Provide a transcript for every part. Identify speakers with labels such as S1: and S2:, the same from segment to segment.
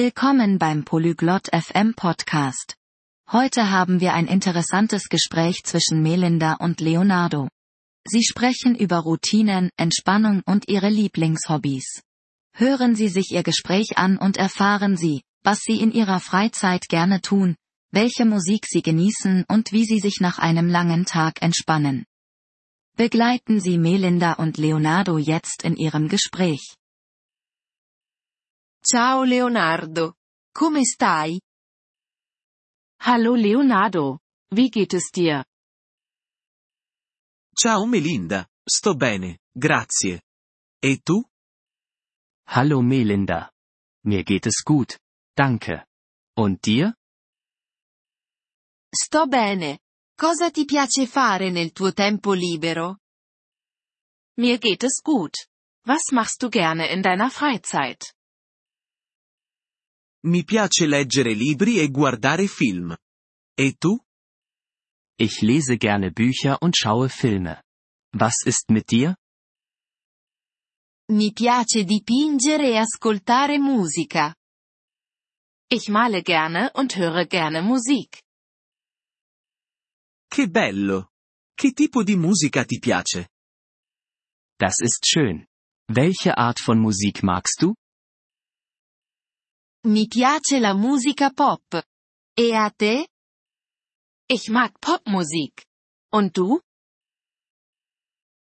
S1: Willkommen beim Polyglot FM Podcast. Heute haben wir ein interessantes Gespräch zwischen Melinda und Leonardo. Sie sprechen über Routinen, Entspannung und ihre Lieblingshobbys. Hören Sie sich Ihr Gespräch an und erfahren Sie, was Sie in Ihrer Freizeit gerne tun, welche Musik Sie genießen und wie Sie sich nach einem langen Tag entspannen. Begleiten Sie Melinda und Leonardo jetzt in ihrem Gespräch.
S2: Ciao Leonardo. Come stai?
S3: Hallo Leonardo. Wie geht es dir?
S4: Ciao Melinda. Sto bene, grazie. E tu?
S5: Hallo Melinda. Mir geht es gut. Danke. Und dir?
S2: Sto bene. Cosa ti piace fare nel tuo tempo libero?
S3: Mir geht es gut. Was machst du gerne in deiner Freizeit?
S4: Mi piace leggere libri e guardare film. E tu?
S5: Ich lese gerne Bücher und schaue Filme. Was ist mit dir?
S2: Mi piace dipingere e ascoltare musica.
S3: Ich male gerne und höre gerne Musik.
S4: Che bello! Che tipo di musica ti piace?
S5: Das ist schön. Welche Art von Musik magst du?
S2: Mi piace la musica pop. E a te?
S3: Ich mag Popmusik. Und du?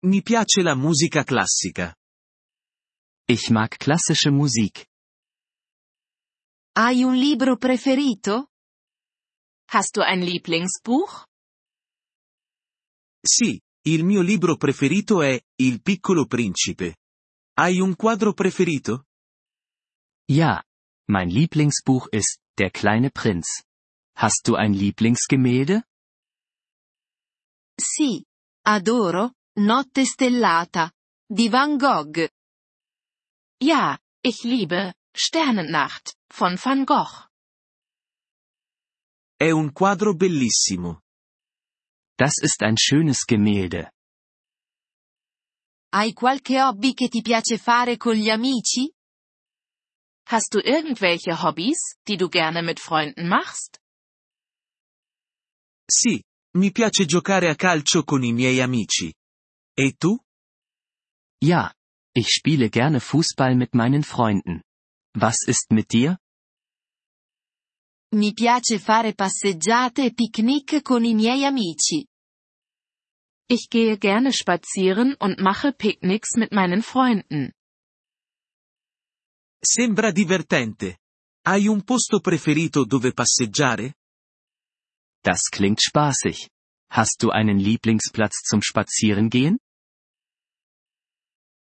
S4: Mi piace la musica classica.
S5: Ich mag klassische Musik.
S2: Hai un libro preferito?
S3: Hast du ein Lieblingsbuch?
S4: Sì, il mio libro preferito è Il piccolo principe. Hai un quadro preferito?
S5: Ja, mein Lieblingsbuch ist Der kleine Prinz. Hast du ein Lieblingsgemälde?
S2: Sì. Adoro Notte stellata di Van Gogh.
S3: Ja, ich liebe Sternennacht von Van Gogh.
S4: È un quadro bellissimo.
S5: Das ist ein schönes Gemälde.
S2: Hai qualche hobby che ti piace fare con gli amici?
S3: Hast du irgendwelche Hobbys, die du gerne mit Freunden machst?
S4: Sì, mi piace giocare a calcio con i miei amici. E tu?
S5: Ja, ich spiele gerne Fußball mit meinen Freunden. Was ist mit dir?
S2: Mi piace fare passeggiate e picnic con i miei amici.
S3: Ich gehe gerne spazieren und mache Picknicks mit meinen Freunden.
S4: Sembra divertente. Hai un posto preferito dove passeggiare?
S5: Das klingt spaßig. Hast du einen Lieblingsplatz zum Spazierengehen?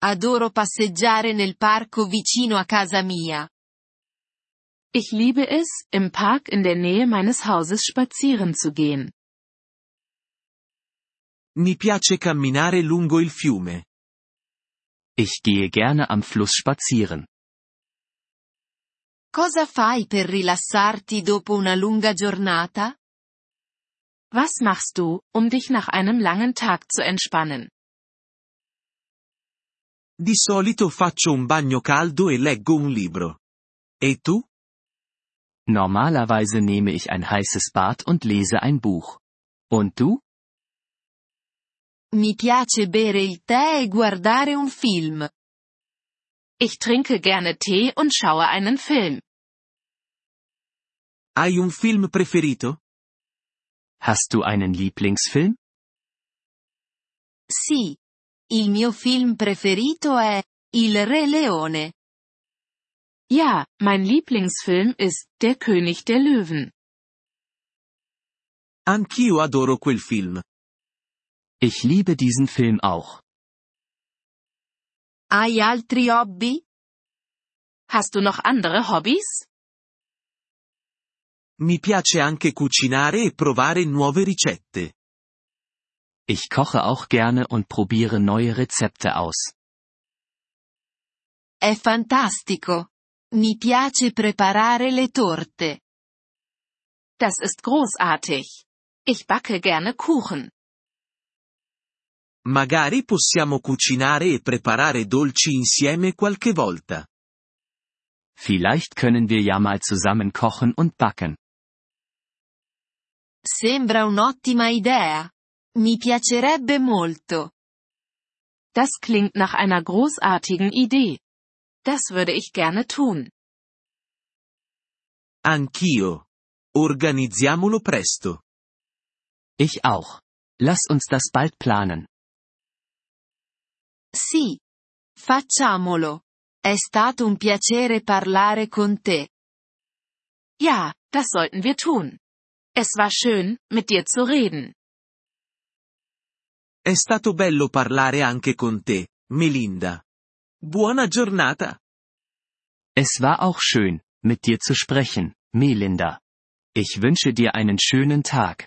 S2: Adoro passeggiare nel parco vicino a casa mia.
S3: Ich liebe es, im Park in der Nähe meines Hauses spazieren zu gehen.
S4: Mi piace camminare lungo il fiume.
S5: Ich gehe gerne am Fluss spazieren.
S2: Cosa fai per rilassarti dopo una lunga giornata?
S3: Was machst du, um dich nach einem langen Tag zu entspannen?
S4: Di solito faccio un bagno caldo e leggo un libro. E tu?
S5: Normalerweise nehme ich ein heißes Bad und lese ein Buch. Und du?
S2: Mi piace bere il tè e guardare un film.
S3: Ich trinke gerne Tee und schaue einen Film.
S4: Hai un film preferito?
S5: Hast du einen Lieblingsfilm?
S2: Sì. Il mio film preferito è Il Re Leone.
S3: Ja, mein Lieblingsfilm ist Der König der Löwen.
S4: Anch'io adoro quel film.
S5: Ich liebe diesen Film auch.
S2: Hai altri hobby?
S3: Hast du noch andere Hobbys?
S4: Mi piace anche cucinare e provare nuove ricette.
S5: Ich koche auch gerne und probiere neue Rezepte aus.
S2: È fantastico. Mi piace preparare le torte.
S3: Das ist großartig. Ich backe gerne Kuchen.
S4: Magari possiamo cucinare e preparare dolci insieme qualche volta.
S5: Vielleicht können wir ja mal zusammen kochen und backen.
S2: Sembra un'ottima idea. Mi piacerebbe molto.
S3: Das klingt nach einer großartigen Idee. Das würde ich gerne tun.
S4: Anch'io. Organizziamolo presto.
S5: Ich auch. Lass uns das bald planen.
S2: Sì. Facciamolo. È stato un piacere parlare con te.
S3: Ja, das sollten wir tun. Es war schön, mit dir zu reden.
S4: È stato bello parlare anche con te, Melinda. Buona giornata.
S5: Es war auch schön, mit dir zu sprechen, Melinda. Ich wünsche dir einen schönen Tag.